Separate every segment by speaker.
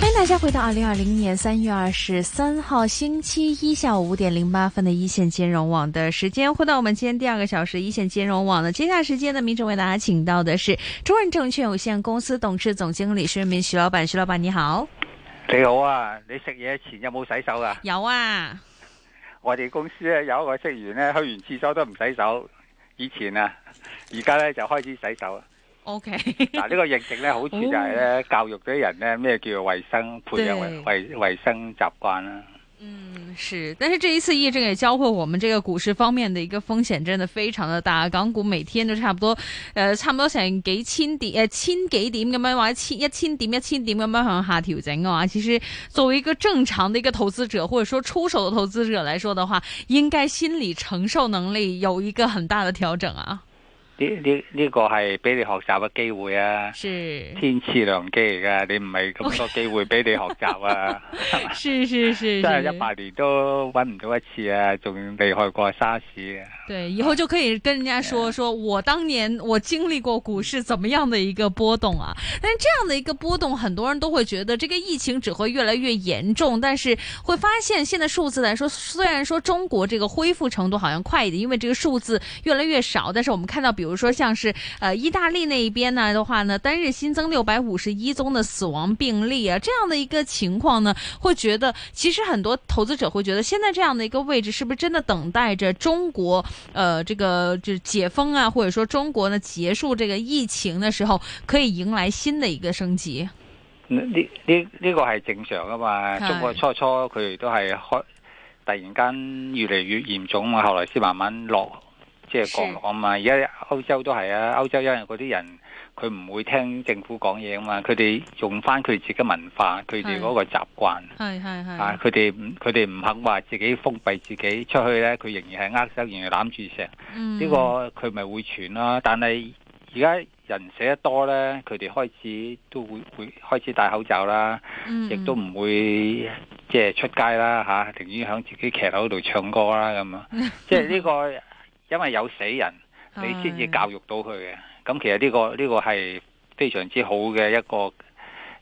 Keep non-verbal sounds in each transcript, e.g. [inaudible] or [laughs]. Speaker 1: 欢迎大家回到二零二零年三月二十三号星期一下午五点零八分的一线金融网的时间，回到我们今天第二个小时一线金融网的接下来时间呢，民众为大家请到的是中润证券有限公司董事总经理徐润民徐老板，徐老板你好，
Speaker 2: 你好啊！你食嘢前有冇洗手啊？
Speaker 1: 有啊，
Speaker 2: 我哋公司咧有一個職員咧，去完廁所都唔洗手。以前啊，而家咧就開始洗手啊。
Speaker 1: OK，
Speaker 2: 嗱，呢個疫情咧，好似就係咧教育啲人咧咩叫做衞生，培養衞衞衞生習慣啊啦。
Speaker 1: 嗯是，但是这一次疫症也教会我们这个股市方面的一个风险真的非常的大，港股每天都差不多，呃差唔多成幾千點，呃千幾點咁樣或者千一千點一千點咁樣向下調整嘅話，其實作為一個正常的一個投資者或者說出手的投資者來說的話，應該心理承受能力有一個很大的調整啊。
Speaker 2: 呢呢呢個係俾你學習嘅機會啊！
Speaker 1: 是
Speaker 2: 天賜良機嚟噶，你唔係咁多機會俾你學習啊！
Speaker 1: 是是是，
Speaker 2: 真係一百年都揾唔到一次啊，仲厲害過沙士啊！
Speaker 1: 对，以后就可以跟人家说，说我当年我经历过股市怎么样的一个波动啊。但是这样的一个波动，很多人都会觉得这个疫情只会越来越严重，但是会发现现在数字来说，虽然说中国这个恢复程度好像快一点，因为这个数字越来越少，但是我们看到，比如说像是呃意大利那一边呢的话呢，单日新增六百五十一宗的死亡病例啊，这样的一个情况呢，会觉得其实很多投资者会觉得现在这样的一个位置是不是真的等待着中国？呃，这个就是解封啊，或者说中国呢结束这个疫情的时候，可以迎来新的一个升级。
Speaker 2: 呢呢呢呢個係正常噶嘛？
Speaker 1: 係
Speaker 2: 中國初初佢哋都係開，突然間越嚟越嚴重嘛，後來先慢慢落，即係降落啊嘛。而家歐洲都係啊，歐洲因為嗰啲人佢唔會聽政府講嘢啊嘛，佢哋用翻佢哋自己文化，佢哋嗰個習慣
Speaker 1: 係係係
Speaker 2: 啊，佢哋唔佢哋唔肯話自己封閉自己出去呢，佢仍然係握手，仍然攬住石。
Speaker 1: 嗯
Speaker 2: 呢、個佢咪會傳啦。但係而家人寫得多呢，佢哋開始都會會開始戴口罩啦，
Speaker 1: 嗯
Speaker 2: 亦都唔會即係出街啦嚇，寧願喺自己騎樓度唱歌啦咁
Speaker 1: [laughs]
Speaker 2: 啊。即係呢個因為有死人，你先至教育到佢嘅。咁其實呢、個呢、個係非常之好嘅一個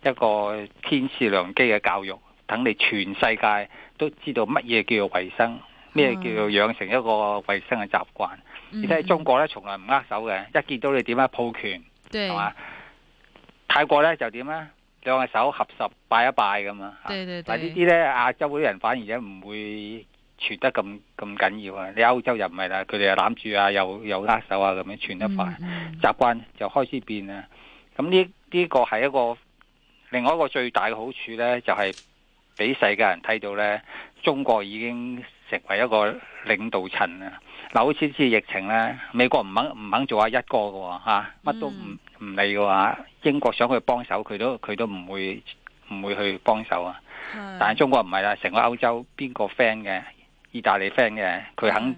Speaker 2: 一個天賜良機嘅教育，等你全世界都知道乜嘢叫做衞生，咩叫做養成一個衞生嘅習慣。
Speaker 1: 嗯
Speaker 2: 而且喺中國咧，從來唔握手嘅，一見到你點啊抱拳
Speaker 1: 對
Speaker 2: 係嘛？泰國咧就點啊，兩隻手合十拜一拜咁啊。
Speaker 1: 對對
Speaker 2: 但係呢
Speaker 1: 對，
Speaker 2: 啲咧亞洲嗰啲人反而咧唔會傳得咁咁緊要啊！你歐洲又唔係啦，佢哋又攬住啊，又又握手啊咁樣傳得快，
Speaker 1: 嗯
Speaker 2: 習慣就開始變啦。咁呢呢個係一個另外一個最大嘅好處咧，就係俾世界人睇到咧，中國已經成為一個領導層啦。嗱，好似呢次疫情咧，美國唔肯唔肯做阿啊一哥嘅喎嚇乜都
Speaker 1: 嗯
Speaker 2: 唔唔理嘅喎。英國想佢幫手，佢都佢都唔會唔會去幫手啊。
Speaker 1: 嗯
Speaker 2: 但係中國唔係啦，成個歐洲邊個 friend 嘅，意大利 friend 嘅，佢肯
Speaker 1: 嗯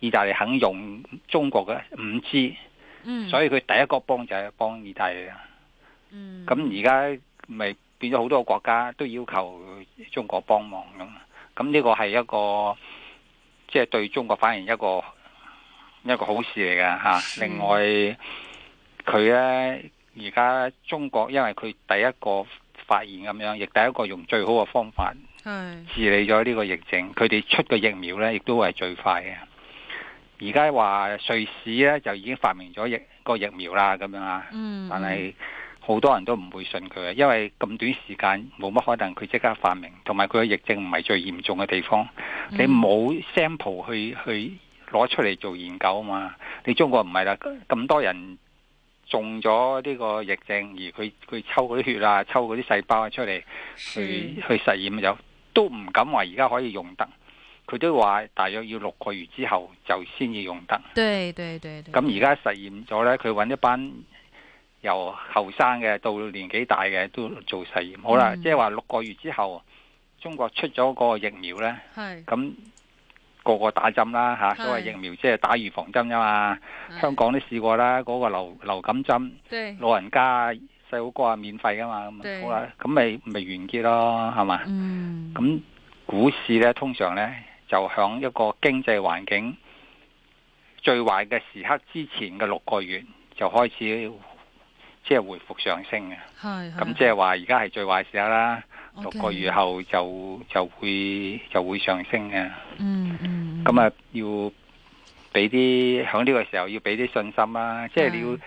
Speaker 2: 意大利肯用中國嘅五 G，
Speaker 1: 嗯
Speaker 2: 所以佢第一個幫就係幫意大利啦。
Speaker 1: 嗯
Speaker 2: 咁而家咪變咗好多國家都要求中國幫忙咁，咁呢個係一個即係、對中國反而一個一個好事嚟嘅
Speaker 1: 是
Speaker 2: 嚇。另外佢咧而家中國因為佢第一個發現咁樣，亦第一個用最好嘅方法
Speaker 1: 係
Speaker 2: 治理咗呢個疫症，佢哋出嘅疫苗呢亦都係最快嘅。而家話瑞士呢就已經發明咗疫個疫苗啦，咁樣啊。
Speaker 1: 嗯，
Speaker 2: 但係好多人都唔會信佢嘅，因為咁短時間冇乜可能佢即刻發明，同埋佢嘅疫症唔係最嚴重嘅地方，
Speaker 1: 嗯
Speaker 2: 你冇 sample 去去攞出嚟做研究啊嘛。你中國唔係啦，咁多人中咗呢個疫症，而佢佢抽嗰啲血啊，抽嗰啲細胞出
Speaker 1: 嗯
Speaker 2: 嚟去
Speaker 1: 是
Speaker 2: 去實驗就都唔敢話而家可以用得，佢都話大約要六個月之後就先至用得。
Speaker 1: 對對對對，
Speaker 2: 咁而家實驗咗呢，佢揾一班由後生嘅到年紀大嘅都做實驗。好啦，
Speaker 1: 嗯
Speaker 2: 即係話六個月之後，中國出咗個疫苗呢，
Speaker 1: 係
Speaker 2: 咁個個打針啦嚇。
Speaker 1: 係
Speaker 2: 所謂疫苗即係打預防針啫嘛。
Speaker 1: 係
Speaker 2: 香港都試過啦，嗰、個流流感針，
Speaker 1: 對
Speaker 2: 老人家細佬哥啊免費噶嘛，咁
Speaker 1: 對
Speaker 2: 啊好啦，咁咪咪完結咯，係嘛？
Speaker 1: 嗯，
Speaker 2: 咁股市呢，通常呢，就響一個經濟環境最壞嘅時刻之前嘅六個月就開始即係回復上升嘅。
Speaker 1: 係
Speaker 2: 咁即係話而家係最壞時刻啦，六個月，
Speaker 1: 係
Speaker 2: 後就就會就會上升嘅。
Speaker 1: OK 嗯嗯，
Speaker 2: 咁啊，要俾啲喺呢個時候要俾啲信心啦，即係你要
Speaker 1: 嗯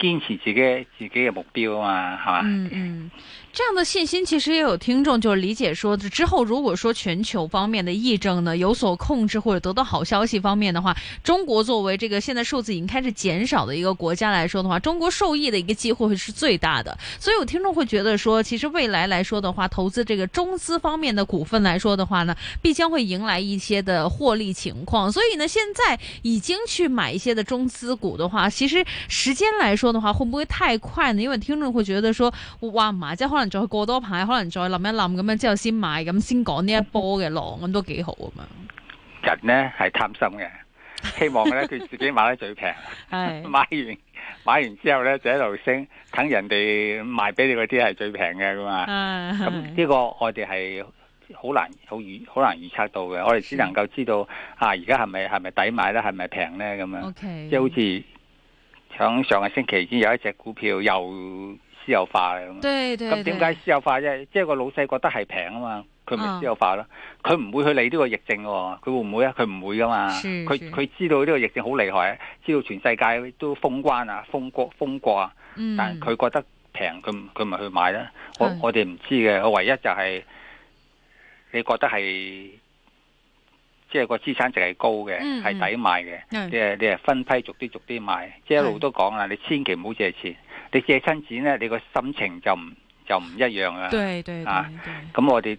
Speaker 2: 堅持自己自己嘅目標啊嘛，係嘛？
Speaker 1: 嗯嗯，这样的信心其实也有听众就是理解说，之后如果说全球方面的疫症呢有所控制或者得到好消息方面的话，中国作为这个现在数字已经开始减少的一个国家来说的话，中国受益的一个机会是最大的。所以有听众会觉得说，其实未来来说的话，投资这个中资方面的股份来说的话呢，必将会迎来一些的获利情况。所以呢，现在已经去买一些的中资股的话，其实时间来说的话，会不会太快呢？因为听众会觉得说，哇唔埋，即係可能再過多排，可能再諗一諗咁樣之後先買，咁先趕呢一波嘅浪，咁都幾好啊咁樣。
Speaker 2: 人呢係貪心嘅，希望呢，佢自己買得最平，
Speaker 1: 係，
Speaker 2: 買完 [laughs] 買完之後呢，就喺度升，等人哋賣俾你嗰啲係最平嘅咁
Speaker 1: 啊
Speaker 2: 嘛。咁
Speaker 1: 係，
Speaker 2: 呢個我哋係好難好預好難預測到嘅，我哋只能夠知道啊，而家係咪係咪抵買咧，係咪平呢？咁樣。
Speaker 1: OK，
Speaker 2: 即係好似響上個星期已經有一隻股票又私有化啦咁。啊
Speaker 1: 對對
Speaker 2: 咁點解私有化啫？即係個老細覺得係平啊嘛，佢咪私有化咯。佢唔會去理呢個疫症喎，佢會唔會啊？佢唔會噶嘛。
Speaker 1: 是
Speaker 2: 佢
Speaker 1: 是
Speaker 2: 佢知道呢個疫症好厲害，知道全世界都封關啊、封國、封國啊，
Speaker 1: 嗯
Speaker 2: 但佢覺得平，佢唔佢咪去買啦。我
Speaker 1: 係
Speaker 2: 我哋唔知嘅，我唯一就係你覺得係即係個資產值係高嘅，
Speaker 1: 嗯
Speaker 2: 係抵買嘅。
Speaker 1: 係
Speaker 2: 你係你係分批逐啲逐啲買，即係一路都講啊啦，你千祈唔好借錢。你借親錢咧，你個心情就唔就唔一樣啦。
Speaker 1: 對對對
Speaker 2: 啊
Speaker 1: 對
Speaker 2: 咁我哋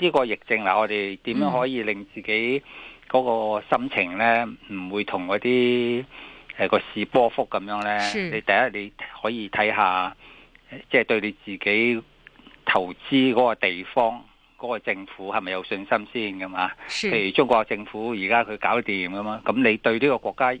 Speaker 2: 呢個疫症嗱，我哋點
Speaker 1: 嗯
Speaker 2: 樣可以令自己嗰個心情咧唔會同嗰啲誒個市波幅咁樣
Speaker 1: 是
Speaker 2: 咧？你第一你可以睇下，即係對你自己投資嗰個地方嗰個政府係咪有信心先㗎嘛？譬
Speaker 1: 是，
Speaker 2: 如中國政府而家佢搞掂咁啊嘛，咁你對呢個國家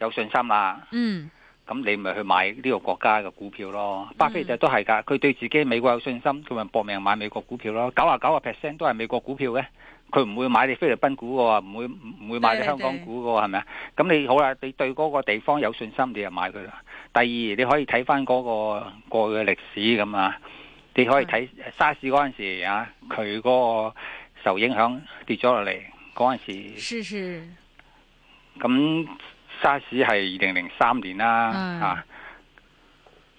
Speaker 2: 有信心啦，
Speaker 1: 嗯
Speaker 2: 咁你咪去買呢個國家嘅股票咯。巴菲特都係㗎，佢對自己美國有信心，佢咪搏命買美國股票咯。九啊九啊 percent 都係美國股票嘅，佢唔會買你菲律賓股嘅喎，唔會唔會買你
Speaker 1: 對
Speaker 2: 香港股嘅喎，係咪啊？咁你好啦，你對嗰個地方有信心，你就買佢啦。第二，你可以睇翻嗰個過去嘅歷史咁啊，你可以睇沙士嗰陣時啊，佢嗰個受影響跌咗落嚟嗰陣
Speaker 1: 是
Speaker 2: 時。
Speaker 1: 是，
Speaker 2: 咁沙士係二零零三年啦，
Speaker 1: 嗯
Speaker 2: 啊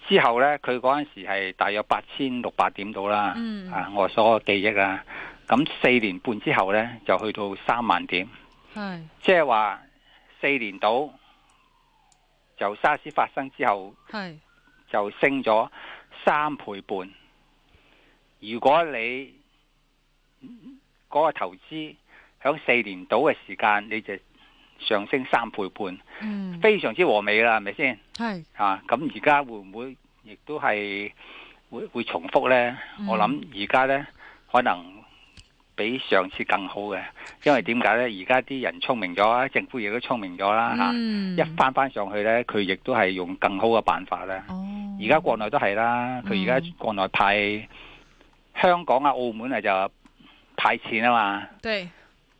Speaker 2: 之後呢，佢嗰陣時係大約八千六百點到啦，
Speaker 1: 嗯
Speaker 2: 啊我所記憶啦。咁四年半之後呢，就去到三萬點，
Speaker 1: 係
Speaker 2: 即係話四年到由沙士發生之後
Speaker 1: 係
Speaker 2: 就升咗三倍半。如果你嗰個投資響四年到嘅時間，你就上升三倍半。
Speaker 1: 嗯
Speaker 2: 非常之和美啦，係咪先
Speaker 1: 係
Speaker 2: 啊？咁而家會唔會亦都係會會重複呢？
Speaker 1: 嗯
Speaker 2: 我諗而家呢，可能比上次更好嘅，因為點解呢？而家啲人聰明咗啊，政府亦都聰明咗啦嚇，
Speaker 1: 嗯
Speaker 2: 啊一翻翻上去呢，佢亦都係用更好嘅辦法咧。
Speaker 1: 哦，
Speaker 2: 而家國內都係啦，佢而家
Speaker 1: 嗯
Speaker 2: 國內派香港啊、澳門啊就派錢啊嘛。
Speaker 1: 對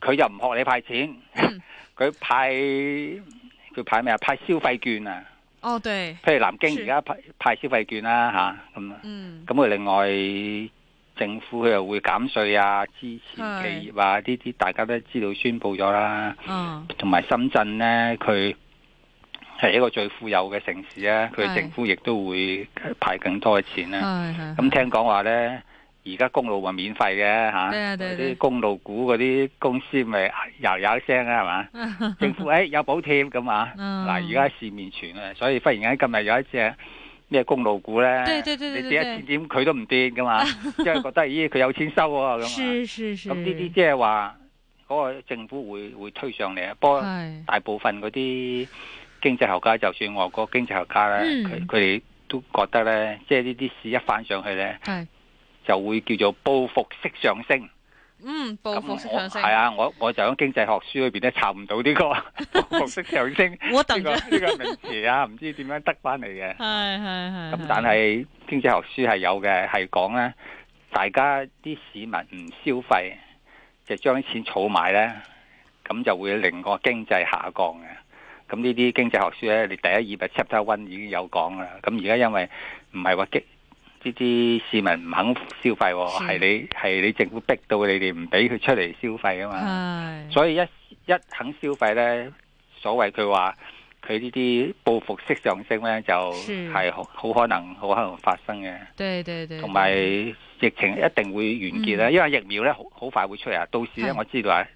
Speaker 2: 佢就唔學你派錢
Speaker 1: 嗯，
Speaker 2: [laughs] 佢派佢派咩啊？派消費券啊！
Speaker 1: 哦對，
Speaker 2: 譬如南京
Speaker 1: 是
Speaker 2: 而家派派消費券啦吓，咁啊
Speaker 1: 嗯
Speaker 2: 咁佢另外政府佢又會減稅啊，支持企
Speaker 1: 係
Speaker 2: 業啊，呢啲大家都知道宣佈咗啦。
Speaker 1: 啊
Speaker 2: 同埋深圳呢，佢係一個最富有嘅城市啊，佢
Speaker 1: 係
Speaker 2: 政府亦都會派更多嘅錢啦、
Speaker 1: 係係
Speaker 2: 咁聽講話呢，而家公路咪免費嘅嚇，
Speaker 1: 對啊對對
Speaker 2: 啲公路股嗰啲公司咪啊又有聲啦，係嘛？
Speaker 1: 係
Speaker 2: 政府誒、哎有補貼咁啊！
Speaker 1: 嗯
Speaker 2: 嗱，而家市面傳啊，所以忽然間今日有一隻咩公路股呢？
Speaker 1: 對對對對
Speaker 2: 你跌一
Speaker 1: 對
Speaker 2: 千點佢都唔跌
Speaker 1: [laughs]
Speaker 2: 噶嘛，因為覺得咦佢有錢收喎咁啊。
Speaker 1: 是是是，
Speaker 2: 咁呢啲即係話嗰個政府會會推上嚟啊，不過
Speaker 1: 係
Speaker 2: 大部分嗰啲經濟學家，就算外國經濟學家呢，
Speaker 1: 嗯
Speaker 2: 佢佢哋都覺得呢，即係呢啲市一翻上去呢。
Speaker 1: 係
Speaker 2: 就會叫做報復式上升，
Speaker 1: 嗯，報復式
Speaker 2: 咁我
Speaker 1: 上升，
Speaker 2: 係啊，我我就喺經濟學書裏邊咧查唔到呢個 [laughs] 報復式上升呢
Speaker 1: 我
Speaker 2: 個
Speaker 1: 等着，係
Speaker 2: 呢個名詞啊，唔知點樣得翻嚟嘅。
Speaker 1: 係係。
Speaker 2: 咁但係經濟學書係有嘅，係講咧，大家啲市民唔消費，就將啲錢儲埋咧，咁就會令個經濟下降嘅。咁呢啲經濟學書咧，你第一二嘅 chapter one 已經有講㗎啦。咁而家因為唔係話激呢啲市民唔肯消費喎，
Speaker 1: 是
Speaker 2: 係你係你政府逼到你哋唔俾佢出嚟消費啊嘛。
Speaker 1: 係
Speaker 2: 所以一一肯消費呢，所謂佢話佢呢啲報復式上升呢，就是係好好可能好可能發生嘅，
Speaker 1: 對對對，
Speaker 2: 同埋疫情一定會完結啦，因為疫苗呢好好快會出嚟啊，到時
Speaker 1: 係，
Speaker 2: 呢我知道啊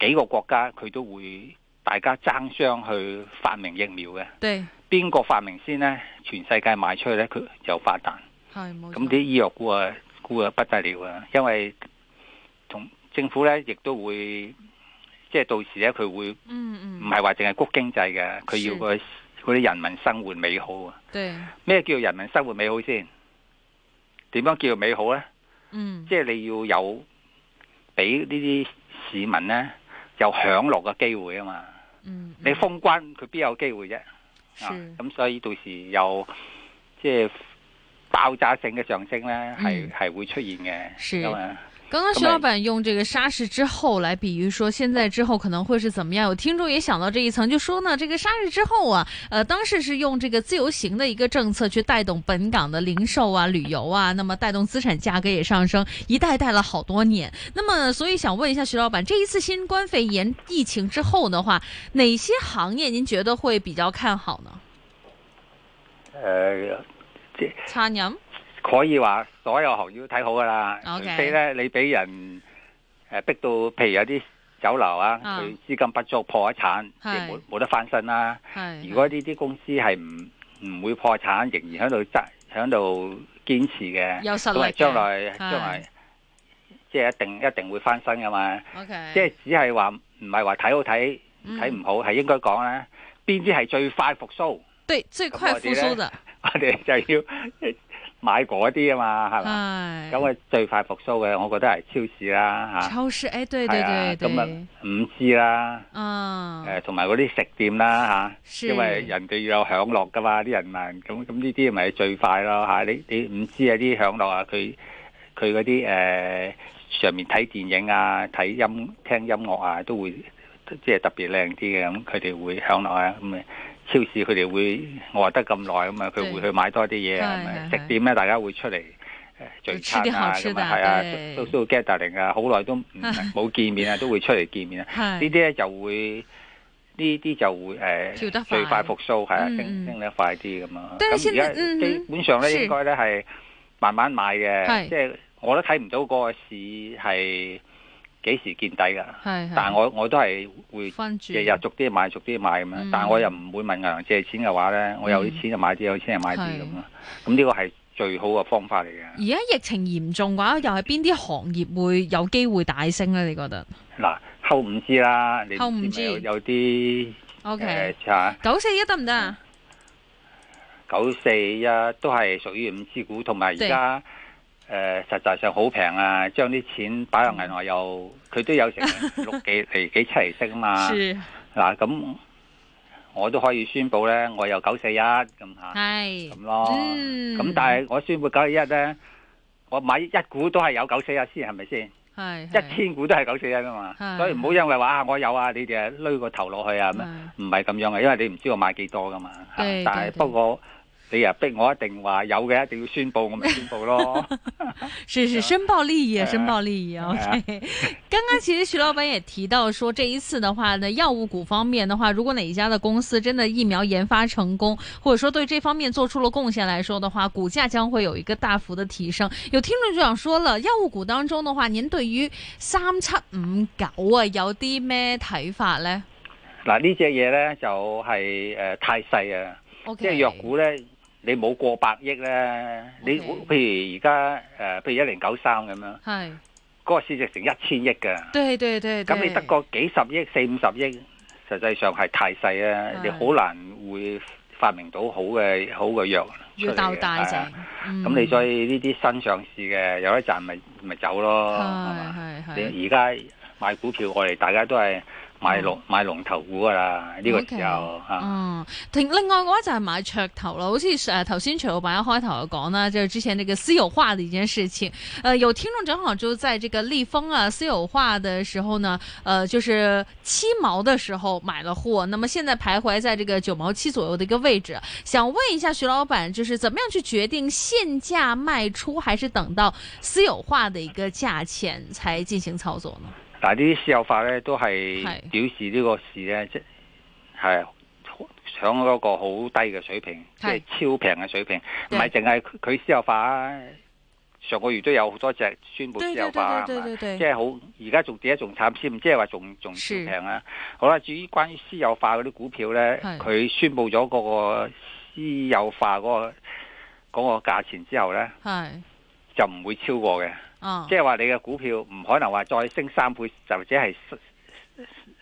Speaker 2: 幾個國家佢都會大家爭相去發明疫苗嘅，
Speaker 1: 對
Speaker 2: 邊個發明先呢？全世界賣出去呢，佢就發達。
Speaker 1: 係冇錯
Speaker 2: 咁啲醫藥股啊，股啊不得了啊，因為同政府咧亦都會，即係到時咧佢會
Speaker 1: 嗯
Speaker 2: 唔
Speaker 1: 嗯，
Speaker 2: 係話淨係谷經濟嘅，佢
Speaker 1: 是
Speaker 2: 要個嗰啲人民生活美好啊。
Speaker 1: 對，
Speaker 2: 咩叫人民生活美好先？點樣叫美好咧？
Speaker 1: 嗯
Speaker 2: 即係你要有俾呢啲市民咧有享樂嘅機會啊嘛。
Speaker 1: 嗯，
Speaker 2: 你
Speaker 1: 嗯
Speaker 2: 封關佢邊有機會啫？啊
Speaker 1: 是，
Speaker 2: 咁所以到時又即係爆炸性嘅上升咧，係
Speaker 1: 嗯
Speaker 2: 係會出現嘅。
Speaker 1: 是
Speaker 2: 咁啊，
Speaker 1: 刚刚徐老板用这个沙士之后来比喻说，现在之后可能会是怎么样？有听众也想到这一层，就说呢，这个沙士之后啊，呃，当时是用这个自由行的一个政策去带动本港的零售啊、旅游啊，那么带动资产价格也上升，一带带了好多年。那么，所以想问一下徐老板，这一次新冠肺炎疫情之后的话，哪些行业您觉得会比较看好呢？
Speaker 2: 誒、
Speaker 1: 餐饮，
Speaker 2: 呃可以話所有行業都睇好噶啦。
Speaker 1: OK
Speaker 2: 除非咧，你俾人誒逼到，譬如有啲酒樓啊，
Speaker 1: 啊
Speaker 2: 佢資金不足破咗產，即
Speaker 1: 係
Speaker 2: 係冇冇得翻身啦。
Speaker 1: 系
Speaker 2: 如果呢啲公司係唔唔會破產，仍然喺度執喺度堅持嘅，
Speaker 1: 有實
Speaker 2: 咁
Speaker 1: 力
Speaker 2: 係
Speaker 1: 嘅
Speaker 2: 將來
Speaker 1: 係
Speaker 2: 將來即係一定一定會翻身噶嘛。
Speaker 1: OK，
Speaker 2: 即係只係話唔係話睇好睇
Speaker 1: 嗯
Speaker 2: 睇唔好，係應該講咧邊啲係最快復甦， [laughs]
Speaker 1: 对最
Speaker 2: 咁
Speaker 1: 快
Speaker 2: 我哋
Speaker 1: 复苏
Speaker 2: 呢
Speaker 1: 的，
Speaker 2: 我哋就要 [laughs] 買嗰啲啊嘛，係嘛？
Speaker 1: 哎，
Speaker 2: 咁啊最快復甦嘅，我覺得係超市啦嚇，
Speaker 1: 超市，哎，对
Speaker 2: 係
Speaker 1: 对
Speaker 2: 啊，
Speaker 1: 对
Speaker 2: 咁
Speaker 1: 对
Speaker 2: 啊，五 G 啦，
Speaker 1: 嗯，
Speaker 2: 誒同埋嗰啲食店啦嚇。
Speaker 1: 是，
Speaker 2: 因為人哋要有享樂噶嘛，啲人民咁咁呢啲咪最快咯嚇！你你唔知啊啲享樂啊，佢佢嗰啲誒上面睇電影啊、睇音聽音樂啊，都會即係特別靚啲嘅咁，佢哋會享樂啊咁啊。超市佢哋會餓得咁耐咁啊，佢會去買多啲嘢啊。咁啊
Speaker 1: 係係係
Speaker 2: 食店咧，大家會出嚟誒聚
Speaker 1: 吃
Speaker 2: 餐啊
Speaker 1: 啲好吃
Speaker 2: 咁
Speaker 1: 的
Speaker 2: 啊，係啊
Speaker 1: 對
Speaker 2: ，social gathering 啊，好耐
Speaker 1: [laughs]
Speaker 2: 都唔冇見面啊，都會出嚟見面啊。呢啲
Speaker 1: 係
Speaker 2: 咧就會，呢啲就會誒、呃
Speaker 1: 跳得快
Speaker 2: 最快復甦係啊，
Speaker 1: 嗯
Speaker 2: 升
Speaker 1: 嗯
Speaker 2: 升得快啲咁啊。
Speaker 1: 但係
Speaker 2: 咁而
Speaker 1: 現在
Speaker 2: 家
Speaker 1: 嗯
Speaker 2: 基本上咧
Speaker 1: 是
Speaker 2: 應該咧係慢慢買
Speaker 1: 係
Speaker 2: 嘅，即係我都睇唔到嗰個市係幾時見底㗎。
Speaker 1: 係，
Speaker 2: 但係我我都係會
Speaker 1: 分住
Speaker 2: 日日逐啲買，逐啲買咁樣。
Speaker 1: 嗯
Speaker 2: 但係我又唔會問銀行借錢嘅話咧，我有
Speaker 1: 嗯
Speaker 2: 啲錢就買啲，有錢就買啲
Speaker 1: 係
Speaker 2: 咁啊。咁呢個係最好嘅方法嚟嘅。
Speaker 1: 而家疫情嚴重嘅話，又係邊啲行業會有機會大升咧？你覺得
Speaker 2: 嗱，後五 G 啦，你
Speaker 1: 後
Speaker 2: 唔知咪
Speaker 1: 5G
Speaker 2: 有有啲誒
Speaker 1: ？OK，
Speaker 2: 嚇。
Speaker 1: 九四一得唔得啊？
Speaker 2: 九四一都係屬於五 G 股，同埋而家誒實際上好平啊！將啲錢擺落銀行又，佢都
Speaker 1: [laughs]
Speaker 2: 有成六幾厘幾七厘息啊嘛。
Speaker 1: 是
Speaker 2: 嗱咁，我都可以宣布咧，我有九四一咁嚇
Speaker 1: 係
Speaker 2: 咁咯。
Speaker 1: 嗯
Speaker 2: 咁但係我宣布九四一咧，我買一股都係有九四一先，係咪先？
Speaker 1: 係
Speaker 2: 一千股都係九四一啊
Speaker 1: 係
Speaker 2: 嘛。所以唔好因為話啊我有啊，你哋啊攏個頭落去啊咁樣
Speaker 1: 係
Speaker 2: 唔係咁樣嘅，因為你唔知我買幾多噶嘛。嚇
Speaker 1: 對
Speaker 2: 但係
Speaker 1: 對對
Speaker 2: 不過你又逼我一定話有嘅，一定要宣佈，我咪宣
Speaker 1: [laughs]
Speaker 2: 佈咯。
Speaker 1: 是是，申报利益啊，
Speaker 2: 呃
Speaker 1: 申报利益啊。OK，刚 [laughs] 刚其实徐老板也提到说，这一次的话呢，药物股方面的话，如果哪一家的公司真的疫苗研发成功，或者说对这方面做出了贡献来说的话，股价将会有一个大幅的提升。有听众就想说了，药物股当中的话，您对于三七五九啊有啲咩睇法呢
Speaker 2: 嗱呢只嘢咧就係誒太細啊，
Speaker 1: ？OK，
Speaker 2: 即係藥股咧，你冇過百億咧，你
Speaker 1: OK
Speaker 2: 譬如而家誒呃譬如一零九三咁樣，
Speaker 1: 系，
Speaker 2: 嗰個市值成一千億㗎，
Speaker 1: 对对对，
Speaker 2: 咁你得
Speaker 1: 個
Speaker 2: 個幾十億、四五十億，實際上係太細啊，
Speaker 1: 係
Speaker 2: 你好難會。發明到好嘅好嘅藥出
Speaker 1: 要
Speaker 2: 嚟
Speaker 1: 鬥
Speaker 2: 嘅。
Speaker 1: 大隻
Speaker 2: 係啊，
Speaker 1: 嗯
Speaker 2: 咁你所以呢啲新上市嘅有得賺咪咪走咯，係嘛？
Speaker 1: 係係係
Speaker 2: 你而家買股票，我哋大家都係買龍買龍頭股噶啦，呢個
Speaker 1: 嗯 OK，
Speaker 2: 時候啊嚇。
Speaker 1: 嗯，另另外嘅話就係買噱頭啦，好似誒頭先徐老闆一開頭就講啦，就是之前那個私有化的一件事情，呃，有聽眾正好就在這個利豐啊私有化的時候呢，呃，就是七毛的時候買了貨，那麼現在徘徊在這個九毛七左右的一個位置，想問一下徐老闆，就是怎麼樣去決定現價賣出，還是等到私有化的一個價錢才進行操作呢？
Speaker 2: 嗱，呢啲私有化咧都係
Speaker 1: 係
Speaker 2: 表示呢個市咧，即係想嗰個好低嘅水平，即
Speaker 1: 係
Speaker 2: 係超平嘅水平，唔
Speaker 1: 對
Speaker 2: 係淨係佢佢私有化啊。上個月都有好多隻宣布私有化啊，係嘛
Speaker 1: 對
Speaker 2: 即係好，而家仲跌得仲慘添，即係話仲仲仲
Speaker 1: 是
Speaker 2: 平啊！好啦，至於關於私有化嗰啲股票呢，
Speaker 1: 係
Speaker 2: 佢宣布咗嗰個私有化嗰、個嗰、個價錢之後呢，
Speaker 1: 係
Speaker 2: 就唔會超過嘅，
Speaker 1: 啊
Speaker 2: 即係話你嘅股票唔可能話再升三倍，就或者係四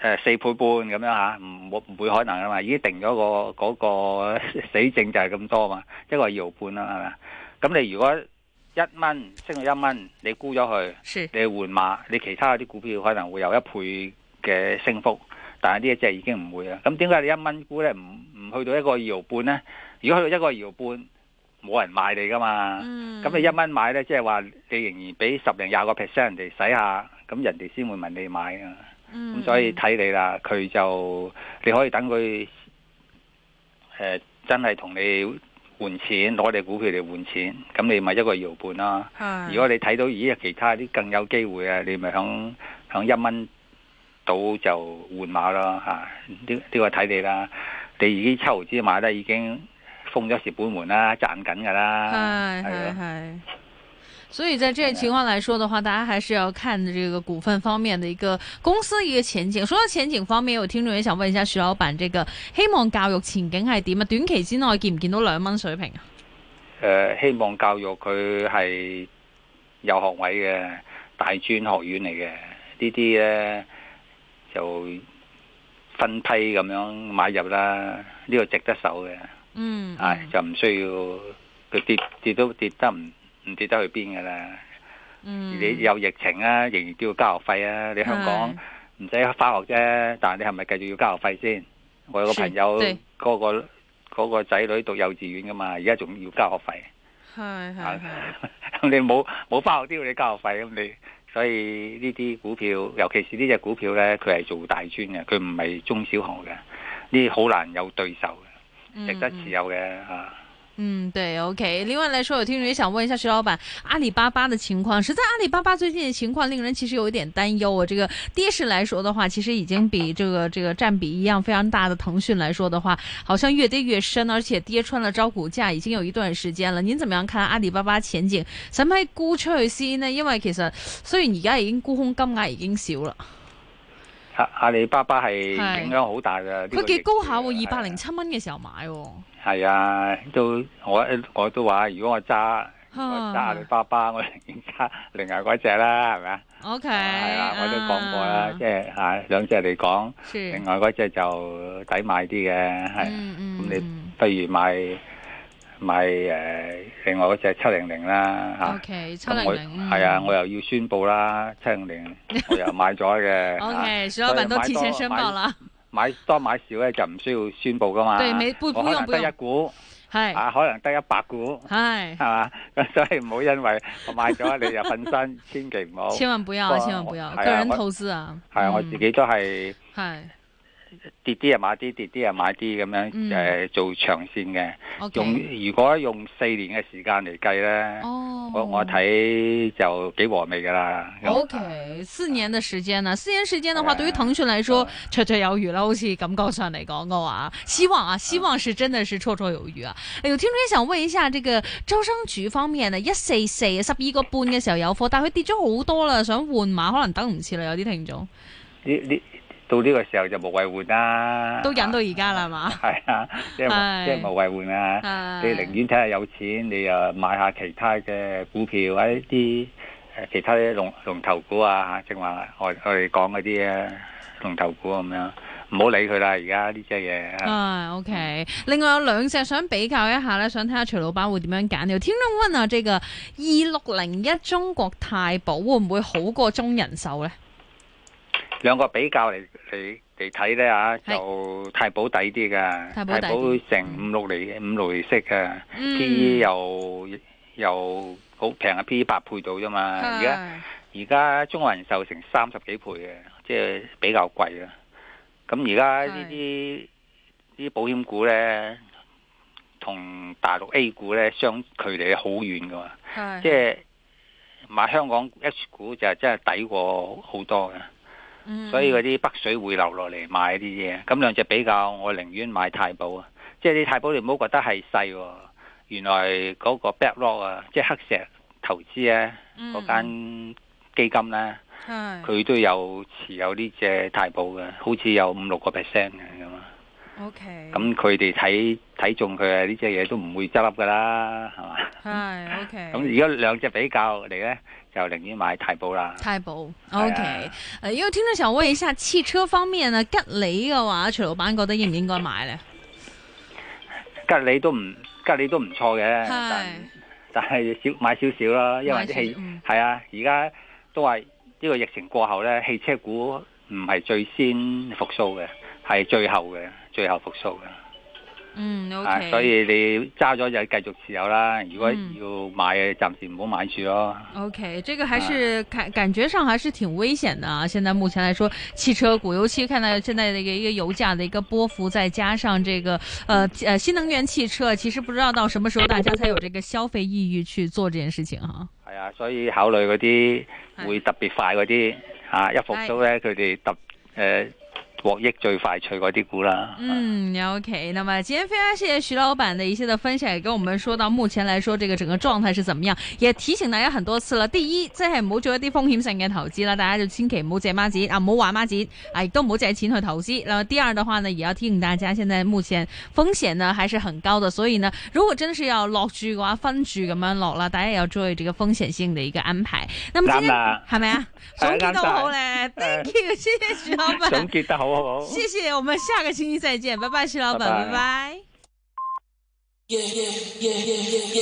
Speaker 2: 誒四倍半咁樣嚇，唔冇唔會可能啊嘛，已經定咗個嗰、個 [laughs] 死證就係咁多嘛，一個二毫半啦，係咪？咁你如果一蚊升到一蚊，你沽咗佢。
Speaker 1: 是
Speaker 2: 你換馬，你其他嗰啲股票可能會有一倍嘅升幅，但係呢一隻已經唔會啦。咁點解你一蚊股咧唔唔去到一個二毫半咧？如果去到一個二毫半，冇人買你噶嘛？
Speaker 1: 嗯
Speaker 2: 咁、你一蚊買咧，即係話你仍然俾十零廿個 percent 人哋使下，咁人哋先會問你買啊。咁、
Speaker 1: 嗯
Speaker 2: 所以睇你啦，佢就你可以等佢誒、呃真係同你換錢，攞你股票嚟換錢，咁你咪一個二毫半啦。
Speaker 1: 啊
Speaker 2: 如果你睇到咦其他啲更有機會啊，你咪響響一蚊到就換馬啦嚇，呢、呢個睇你啦。你已經七毫子買咧，已經封咗蝕本門啦，賺緊㗎啦，
Speaker 1: 嗨
Speaker 2: 啊係
Speaker 1: 嗨
Speaker 2: 咯。
Speaker 1: 嗨！所以在这种
Speaker 2: 是的
Speaker 1: 情况来说的话，大家还是要看这个股份方面的一个公司的一个前景。说到前景方面，有听众也想问一下徐老板，这个希望教育前景系点啊？短期之内见唔见到兩蚊水平啊？
Speaker 2: 誒、希望教育佢係有學位嘅大專學院嚟嘅，呢啲咧就分批咁樣買入啦，呢、個值得守嘅。
Speaker 1: 嗯，
Speaker 2: 啊，
Speaker 1: 嗯
Speaker 2: 就唔需要佢跌跌都跌得唔唔跌得去邊㗎啦。
Speaker 1: 嗯，
Speaker 2: 你有疫情啊，仍然都要交學費啊。你香港唔使翻學啫，但係你係咪繼續要交學費先？我有個
Speaker 1: 是
Speaker 2: 朋友
Speaker 1: 對
Speaker 2: 嗰個嗰個仔女讀幼稚園㗎嘛，而家仲要交學費。 [laughs] 嗯
Speaker 1: 係係係
Speaker 2: 咁你冇冇翻學都要你交學費，咁你所以呢啲股票，尤其是呢只股票呢，佢係做大專嘅，佢唔係中小學嘅，呢啲好難有對手嘅，
Speaker 1: 嗯
Speaker 2: 值得持有嘅嚇。啊
Speaker 1: 嗯，对，OK。另外来说，有听众也想问一下徐老板，阿里巴巴的情况，实在阿里巴巴最近的情况令人其实有一点担忧哦。这个跌势来说的话，其实已经比这个这个占比一样非常大的腾讯来说的话，好像越跌越深，而且跌穿了招股价已经有一段时间了。您怎么样看阿里巴巴前景？使唔使沽出去先呢？因为其实虽然而家已经沽空金额已经少啦，
Speaker 2: 阿阿里巴巴係
Speaker 1: 係
Speaker 2: 影響好大嘅，
Speaker 1: 佢幾高下喎，
Speaker 2: 喎，
Speaker 1: 二百零七蚊嘅时候买喎，
Speaker 2: 係啊，都我我都話，如果我揸我揸阿里巴巴，我寧願揸另外嗰只啦，係咪啊？
Speaker 1: ，OK，
Speaker 2: 係啦，我都講過啦
Speaker 1: 啊，
Speaker 2: 即係嚇兩隻嚟講，
Speaker 1: 是
Speaker 2: 另外嗰只就抵買啲嘅，係
Speaker 1: 嗯嗯
Speaker 2: 咁你
Speaker 1: 嗯
Speaker 2: 不如買買誒另外嗰只七零零啦嚇。
Speaker 1: O K，七嗯
Speaker 2: 咁
Speaker 1: 零
Speaker 2: 啊我
Speaker 1: 零，嗯
Speaker 2: 係啊，我又要宣布啦，七零零我又買
Speaker 1: [laughs]
Speaker 2: 咗嘅。
Speaker 1: O
Speaker 2: 嚇
Speaker 1: K，徐老板都提前申报啦，
Speaker 2: 買多買少咧就唔需要宣佈噶嘛。
Speaker 1: 對你不
Speaker 2: 我
Speaker 1: 不
Speaker 2: 可
Speaker 1: 用
Speaker 2: 能
Speaker 1: 不
Speaker 2: 得一
Speaker 1: 用，
Speaker 2: 股，
Speaker 1: [laughs] 係
Speaker 2: 啊，可能得一百股，
Speaker 1: 係
Speaker 2: 係嘛？咁所以唔好因為我買咗你就瞓身，千祈唔好。
Speaker 1: 千萬不要，
Speaker 2: 我
Speaker 1: 千萬不要，
Speaker 2: 係啊
Speaker 1: 個人
Speaker 2: 我
Speaker 1: 投資啊，
Speaker 2: 係啊，我
Speaker 1: 嗯
Speaker 2: 自己都係
Speaker 1: 係
Speaker 2: 跌啲啊買啲，跌啲啊買啲咁樣
Speaker 1: 嗯
Speaker 2: 誒做長線嘅。
Speaker 1: O K，
Speaker 2: 用如果用四年嘅時間嚟計咧，
Speaker 1: 哦，
Speaker 2: 我我睇就幾和味㗎啦。咁
Speaker 1: O K，四年嘅時間啊，四年時間嘅話，
Speaker 2: 係啊
Speaker 1: 對於騰訊嚟說綽綽有餘啦，好似感覺上嚟講
Speaker 2: 哎
Speaker 1: 嘅話，希望啊，希望是真的是綽綽有餘啊。誒有聽眾想問一下，這個招商主方面啊，一四四十二個半嘅時候有貨，但係佢跌咗好多啦，想換馬可能等唔切啦，有啲聽眾
Speaker 2: 呢呢到呢個時候就無謂換啦。
Speaker 1: 都忍到而家啦，係嘛？
Speaker 2: 係啊，即
Speaker 1: 係
Speaker 2: 係即係無謂換啊。你寧願睇下有錢，你又買下其他嘅股票或者啲誒其呃他啲龍龍頭股啊，正話我我哋講嗰啲啊龍頭股咁樣，唔好理佢啦，而家呢只嘢。
Speaker 1: 啊，OK。另外有兩隻想比較一下咧，想睇下徐老闆會點樣揀。有聽眾問啊，這個二六零一中國太保會唔會好過中人壽咧？
Speaker 2: 兩個比較嚟嚟嚟睇咧嚇，
Speaker 1: 係
Speaker 2: 就太保抵啲㗎，
Speaker 1: 太
Speaker 2: 太
Speaker 1: 保抵啲
Speaker 2: 保成五六厘五六厘息嘅
Speaker 1: 嗯
Speaker 2: ，P E 又又好平啊，P E 八倍到啫嘛。而家
Speaker 1: 啊
Speaker 2: 而家中國人壽成三十幾倍嘅，即係比較貴啦。咁而家呢啲呢啲保險股咧，同大陸 A 股咧相距離好遠㗎嘛。
Speaker 1: 係
Speaker 2: 即係買香港 H 股就真係抵過好多嘅。
Speaker 1: 嗯
Speaker 2: 所以嗰啲北水會流落嚟買呢啲嘢。咁兩隻比較，我寧願買太保啊。即係你太保，你唔好覺得係細喎，原來嗰個 backlog 啊，即係黑石投資咧
Speaker 1: 嗯
Speaker 2: 嗰間基金咧，
Speaker 1: 係
Speaker 2: 佢都有持有呢隻太保嘅，好似有五六個 percent 嘅咁啊。
Speaker 1: OK
Speaker 2: 咁佢哋睇睇中佢啊，呢只嘢都唔會執笠噶啦，係嘛？
Speaker 1: 係 OK
Speaker 2: 咁而家兩隻比較嚟咧，就寧願買太保啦。
Speaker 1: 太保
Speaker 2: 啊
Speaker 1: ，OK，呃，因為聽眾想問一下汽車方面啊，吉利嘅話，徐老闆覺得應唔應該買咧？
Speaker 2: 吉利都唔吉利都唔錯嘅，但
Speaker 1: 係
Speaker 2: 但係少買少少啦，因為
Speaker 1: 買
Speaker 2: 啲
Speaker 1: 少
Speaker 2: 汽
Speaker 1: 少嗯
Speaker 2: 係啊，而家都話呢個疫情過後咧，汽車股唔係最先復甦嘅，係最後嘅，最後復甦嘅。
Speaker 1: 嗯
Speaker 2: 啊，
Speaker 1: ，OK，
Speaker 2: 所以你揸咗就繼續持有啦。如果
Speaker 1: 嗯
Speaker 2: 要買嘅，暫時唔好買住咯。
Speaker 1: OK，这个还
Speaker 2: 啊
Speaker 1: 是感感觉上还是挺危险的啊！现在目前来说，汽车股，尤其看到现在的一个一个油价的一个波幅，再加上这个呃呃新能源汽车，其实不知道到什么时候大家才有这个消费意欲去做这件事情哈、
Speaker 2: 係啊，所以考慮嗰啲
Speaker 1: 係
Speaker 2: 會特別快嗰啲啊嚇，一復甦咧，佢哋特誒獲益最快脆嗰啲股啦。
Speaker 1: 嗯，OK。那么今天非常谢谢徐老板的一些的分享，也跟我们说到目前来说这个整个状态是怎么样，也提醒大家很多次啦。第一，即係唔好做一啲風險性嘅投資啦，大家就千祈唔好借孖展啊，唔好玩孖展啊，亦都唔好借錢去投資。那么第二的話呢，也要提醒大家，現在目前風險呢還是很高的，所以呢，如果真的是要落注嘅話，分注咁樣落啦，大家也要注意這個風險性的一個安排。那麼今
Speaker 2: 啱
Speaker 1: 天
Speaker 2: 啦
Speaker 1: 係咪
Speaker 2: [laughs]
Speaker 1: 啊？
Speaker 2: 係
Speaker 1: 總 [laughs]
Speaker 2: 啊
Speaker 1: 結
Speaker 2: 啱
Speaker 1: 得
Speaker 2: 晒
Speaker 1: 好咧，Thank you，謝謝徐老闆。
Speaker 2: 總結得好好。
Speaker 1: 谢谢，我们下个星期再见，拜拜，徐老板，
Speaker 2: 拜拜
Speaker 1: 拜拜